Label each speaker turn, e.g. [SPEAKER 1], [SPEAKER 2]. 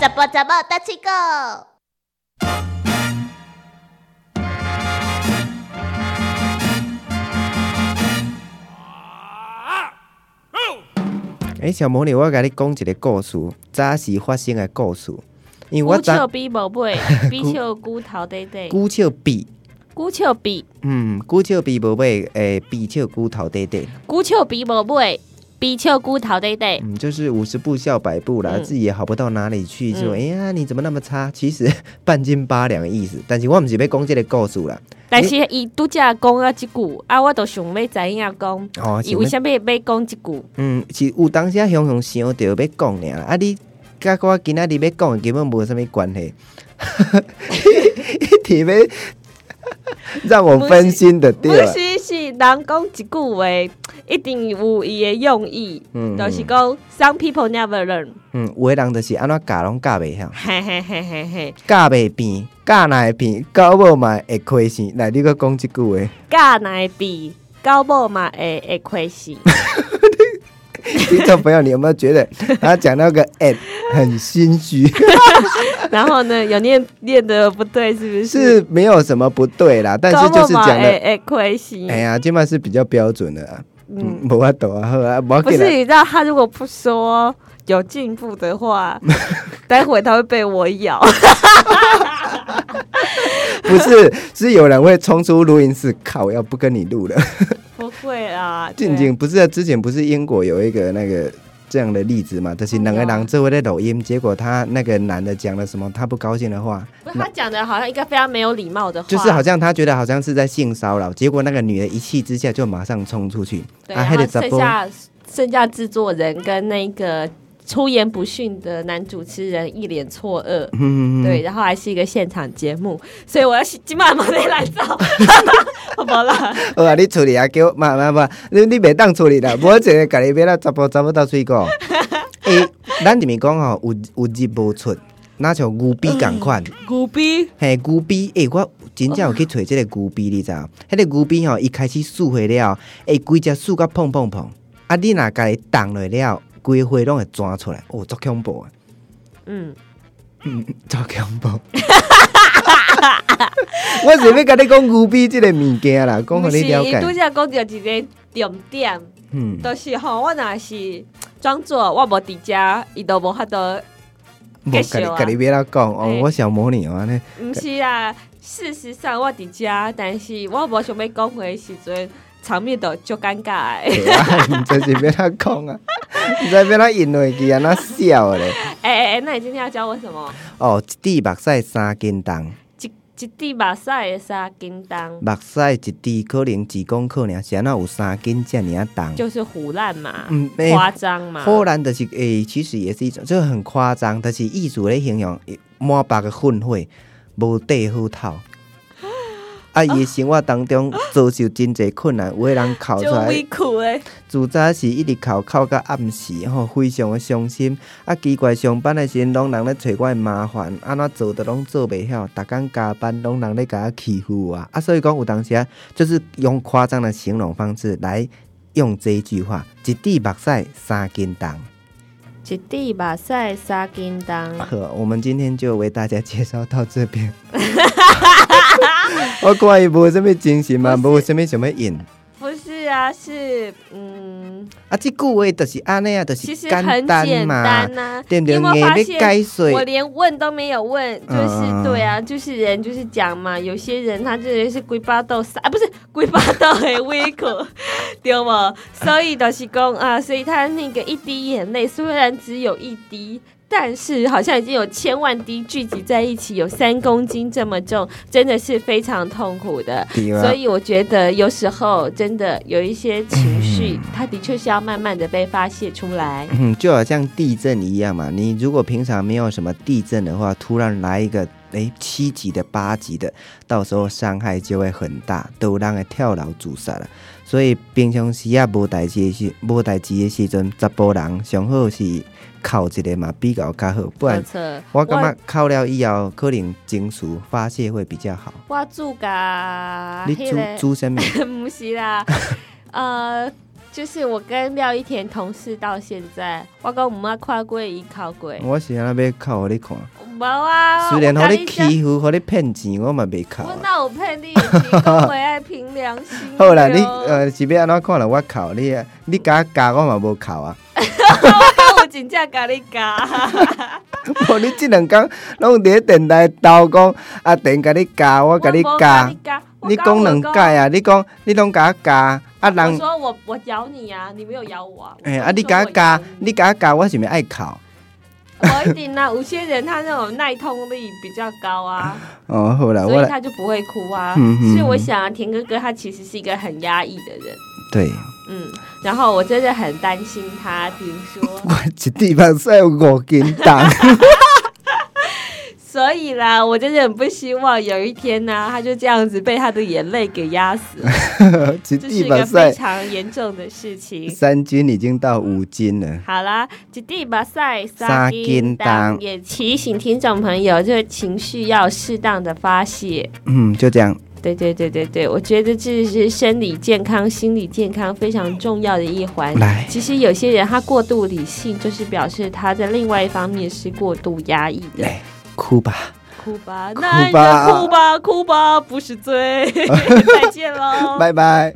[SPEAKER 1] 怎么怎么大七个？
[SPEAKER 2] 诶、哎小魔女，我甲你讲一个故事，早时发生的故事。因为
[SPEAKER 3] 古
[SPEAKER 2] 我
[SPEAKER 3] 笑
[SPEAKER 2] 早
[SPEAKER 3] 比无 买，比笑骨头短短，
[SPEAKER 2] 古笑比，
[SPEAKER 3] 古笑比，
[SPEAKER 2] 嗯，古笑比无买，诶、比笑骨头短短，
[SPEAKER 3] 古笑比无买，比笑骨头短短。
[SPEAKER 2] 嗯，就是五十步笑百步啦，
[SPEAKER 3] 嗯
[SPEAKER 2] 自己也好不到哪里去，
[SPEAKER 3] 嗯
[SPEAKER 2] 就哎呀，你怎么那么差？其实 半斤八两的意思，但是我毋是要讲这个故事啦，
[SPEAKER 3] 但是伊拄则讲啊即句，啊，我都想要知影讲，
[SPEAKER 2] 哦，
[SPEAKER 3] 伊
[SPEAKER 2] 是
[SPEAKER 3] 为
[SPEAKER 2] 要
[SPEAKER 3] 啥物要讲即句？
[SPEAKER 2] 嗯，是有当时啊，雄雄想着要讲尔啦，啊你。甲我今仔日要讲的根本无啥物关系， 一直要 让我分心的
[SPEAKER 3] 不
[SPEAKER 2] 对啊了。
[SPEAKER 3] 是是人讲一句话，一定有伊的用意，
[SPEAKER 2] 嗯
[SPEAKER 3] 就是讲 some people never learn，
[SPEAKER 2] 嗯，有的人就是安怎教拢教袂晓，
[SPEAKER 3] 嘿嘿嘿嘿嘿，
[SPEAKER 2] 教袂变，教哪会变，到尾嘛会亏钱。来，你搁讲即句话，
[SPEAKER 3] 教奶比高某嘛会会亏 死，
[SPEAKER 2] 听众朋友，你有没有觉得他讲那个 “at” 很心虚？
[SPEAKER 3] 然后呢有念念的不对是不是？
[SPEAKER 2] 是没有什么不对啦，但
[SPEAKER 3] 高
[SPEAKER 2] 是就
[SPEAKER 3] 某
[SPEAKER 2] 是
[SPEAKER 3] 嘛
[SPEAKER 2] 讲
[SPEAKER 3] 会
[SPEAKER 2] 的，
[SPEAKER 3] 会亏死，
[SPEAKER 2] 哎呀，今麦是比较标准的啊，
[SPEAKER 3] 嗯
[SPEAKER 2] 嗯，。无法度啊，好啊，无要
[SPEAKER 3] 不
[SPEAKER 2] 紧
[SPEAKER 3] 是，
[SPEAKER 2] 啦。
[SPEAKER 3] 你知道他如果不说有进步的 话，待会他会被我咬。
[SPEAKER 2] 不是，是有人会冲出录音室，靠，要不跟你录了。
[SPEAKER 3] 不会啊，对
[SPEAKER 2] 静静不是啊之前不是英国有一个那个这样的例子嘛，就是两个人这位在抖音，结果他那个男的讲了什么他不高兴的话，
[SPEAKER 3] 不是他讲的好像一个非常没有礼貌的话，
[SPEAKER 2] 就是好像他觉得好像是在性骚扰，结果那个女的一气之下就马上冲出去，
[SPEAKER 3] 对，
[SPEAKER 2] 啊
[SPEAKER 3] 然
[SPEAKER 2] 那
[SPEAKER 3] 后
[SPEAKER 2] 个
[SPEAKER 3] 剩
[SPEAKER 2] 查甫
[SPEAKER 3] 下剩下制作人跟那个出言不逊的男主持人一脸错愕。
[SPEAKER 2] 嗯，
[SPEAKER 3] 对，然后还是一个现场节目，所以我要今晚马上来 照，好不好啦？
[SPEAKER 2] 好啊，你处理啊，叫我妈妈妈，你你袂当处理啦，无一个家己要啦，查甫查某到水果。 诶、咱这边讲吼，有有入无出，那像牛逼共款。
[SPEAKER 3] 古逼，
[SPEAKER 2] 嘿，牛逼！诶、我真正有去找即个牛逼，你知影？迄、个牛逼吼，伊开始竖回了，会规只竖甲碰碰碰。啊，你若家己动落了，规花拢会钻出来，哦，足恐怖啊！
[SPEAKER 3] 嗯，
[SPEAKER 2] 嗯，足恐怖。 我是要甲你讲牛逼即个物件啦，讲互
[SPEAKER 3] 不
[SPEAKER 2] 你
[SPEAKER 3] 是，
[SPEAKER 2] 了
[SPEAKER 3] 伊拄
[SPEAKER 2] 解。
[SPEAKER 3] 则讲到一个重点。
[SPEAKER 2] 嗯，
[SPEAKER 3] 就是吼，我若是装作我无伫遮，伊都无法度。
[SPEAKER 2] 无
[SPEAKER 3] 继
[SPEAKER 2] 家
[SPEAKER 3] 续
[SPEAKER 2] 己
[SPEAKER 3] 啊
[SPEAKER 2] 家己要啦讲哦
[SPEAKER 3] 嘿，
[SPEAKER 2] 我想模拟哦安尼。
[SPEAKER 3] 毋是啊，事实上我伫遮，但是我无想要讲话的时阵，场面都足尴尬的。
[SPEAKER 2] 对啊， 毋知是要哪讲啊， 毋知要哪引落去啊，哪笑咧。
[SPEAKER 3] 哎哎哎，那你今天要教我什么？
[SPEAKER 2] 哦，一滴目屎三斤重。
[SPEAKER 3] 一一滴目屎的三斤重，
[SPEAKER 2] 目屎一滴可能一公克尔，是安那有三斤这尔重？
[SPEAKER 3] 就是胡乱嘛
[SPEAKER 2] 嗯，欸
[SPEAKER 3] 夸张嘛。
[SPEAKER 2] 忽然就是诶、其实也是一种，这很夸张，但是艺术咧形容满白的混血，无地好透。啊，伊的生活当中遭受真侪困难，有的人哭出
[SPEAKER 3] 就
[SPEAKER 2] 来
[SPEAKER 3] 委，屈 诶，
[SPEAKER 2] 自早时一直哭哭到暗时吼，非常的伤心。啊，奇怪，上班的时阵拢人咧找我的麻烦，安怎做都拢做袂晓，逐工加班拢人咧甲我欺负我。啊，所以讲有当时啊，就是用夸张的形容方式来用这一句话：一滴目屎三斤重。
[SPEAKER 3] 一滴目屎三斤重。
[SPEAKER 2] 好，我们今天就为大家介绍到这 边。我看伊无什么精神嘛，无什么想要演。
[SPEAKER 3] 不是啊，是嗯，
[SPEAKER 2] 啊，即句话就是安尼啊，就是
[SPEAKER 3] 其实
[SPEAKER 2] 简
[SPEAKER 3] 很
[SPEAKER 2] 单
[SPEAKER 3] 简
[SPEAKER 2] 嘛
[SPEAKER 3] 单，呐、啊。
[SPEAKER 2] 对不对？
[SPEAKER 3] 你有没有
[SPEAKER 2] 硬
[SPEAKER 3] 发
[SPEAKER 2] 要
[SPEAKER 3] 现
[SPEAKER 2] 解水
[SPEAKER 3] 我连问都没有问，就
[SPEAKER 2] 嗯嗯嗯
[SPEAKER 3] 是对啊，就是人就是讲嘛，有些人他真的是龟巴豆沙啊，不是龟巴豆的胃口， 对吗？所以就是讲啊，所以他那个一滴眼泪虽然只有一滴。但是好像已经有千万滴聚集在一起，有三公斤这么重，真的是非常痛苦的。
[SPEAKER 2] 对啊
[SPEAKER 3] 所以我觉得有时候真的有一些情绪，
[SPEAKER 2] 嗯
[SPEAKER 3] 它的确是要慢慢的被发泄出来。
[SPEAKER 2] 嗯，就好像地震一样嘛。你如果平常没有什么地震的话，突然来一个诶七级的、八级的，到时候伤害就会很大，都有人会跳楼自杀了。所以平常时啊，无代志的时，无代志的时阵，查甫人上好是哭一个嘛，比较较好，不然
[SPEAKER 3] 没错
[SPEAKER 2] 我感觉哭了以后，可能情绪发泄会比较好。
[SPEAKER 3] 我住噶，
[SPEAKER 2] 你
[SPEAKER 3] 迄
[SPEAKER 2] 煮
[SPEAKER 3] 啊个
[SPEAKER 2] 煮什么？
[SPEAKER 3] 不是 啦，呃，就是我跟廖一田同事到现在，我跟我妈跨过一考过，
[SPEAKER 2] 我是安那要哭互你看，
[SPEAKER 3] 无啊，
[SPEAKER 2] 哦虽然
[SPEAKER 3] 我
[SPEAKER 2] 互
[SPEAKER 3] 跟
[SPEAKER 2] 你
[SPEAKER 3] 讲
[SPEAKER 2] 欺负，互你骗钱，我嘛袂哭
[SPEAKER 3] 我
[SPEAKER 2] 啊。。
[SPEAKER 3] 那有骗你，你讲回爱凭良心
[SPEAKER 2] 好啦，
[SPEAKER 3] 对
[SPEAKER 2] 你
[SPEAKER 3] 哦
[SPEAKER 2] 呃是要安怎看了我哭，你你甲教我嘛无哭啊。
[SPEAKER 3] 我真正甲你加，
[SPEAKER 2] 无你即两工拢伫咧电台斗讲，啊电甲你教， 我甲你教，
[SPEAKER 3] 加，我
[SPEAKER 2] 你讲两
[SPEAKER 3] 讲
[SPEAKER 2] 届啊，你讲你拢甲我教，啊
[SPEAKER 3] 我
[SPEAKER 2] 人
[SPEAKER 3] 说我我咬你啊，你没有咬我啊。
[SPEAKER 2] 哎
[SPEAKER 3] 我
[SPEAKER 2] 啊你
[SPEAKER 3] 说
[SPEAKER 2] 甲
[SPEAKER 3] 我
[SPEAKER 2] 我教
[SPEAKER 3] 咬，你
[SPEAKER 2] 你甲我教，我是毋是爱哭？
[SPEAKER 3] 我一定啊，有些人他那种耐痛力比较高啊，
[SPEAKER 2] 哦，好啦，我
[SPEAKER 3] 所以
[SPEAKER 2] 来
[SPEAKER 3] 他就不会哭啊。
[SPEAKER 2] 嗯嗯
[SPEAKER 3] 所以我
[SPEAKER 2] 嗯
[SPEAKER 3] 想啊，田哥哥他其实是一个很压抑的人，
[SPEAKER 2] 对，
[SPEAKER 3] 嗯，然后我真的很担心他，比如说。
[SPEAKER 2] 我一滴目屎有五斤重。
[SPEAKER 3] 所以啦，我真的很不希望有一天呢、他就这样子被他的眼泪给压死了。
[SPEAKER 2] 一
[SPEAKER 3] 这是一
[SPEAKER 2] 滴目
[SPEAKER 3] 个非
[SPEAKER 2] 屎，
[SPEAKER 3] 常严重的事情。
[SPEAKER 2] 三斤已经到五斤了。
[SPEAKER 3] 好啦，一地马赛
[SPEAKER 2] 三斤重
[SPEAKER 3] 也提醒听众朋友，这个情绪要适当的发泄。
[SPEAKER 2] 嗯，就这样。
[SPEAKER 3] 对对对对对，我觉得这是生理健康、心理健康非常重要的一环。
[SPEAKER 2] 来，
[SPEAKER 3] 其实有些人他过度理性，就是表示他在另外一方面是过度压抑的。
[SPEAKER 2] 来哭吧。
[SPEAKER 3] 哭吧，
[SPEAKER 2] 吧
[SPEAKER 3] 男人哭吧，哭吧，不是罪。再见喽，
[SPEAKER 2] 拜拜。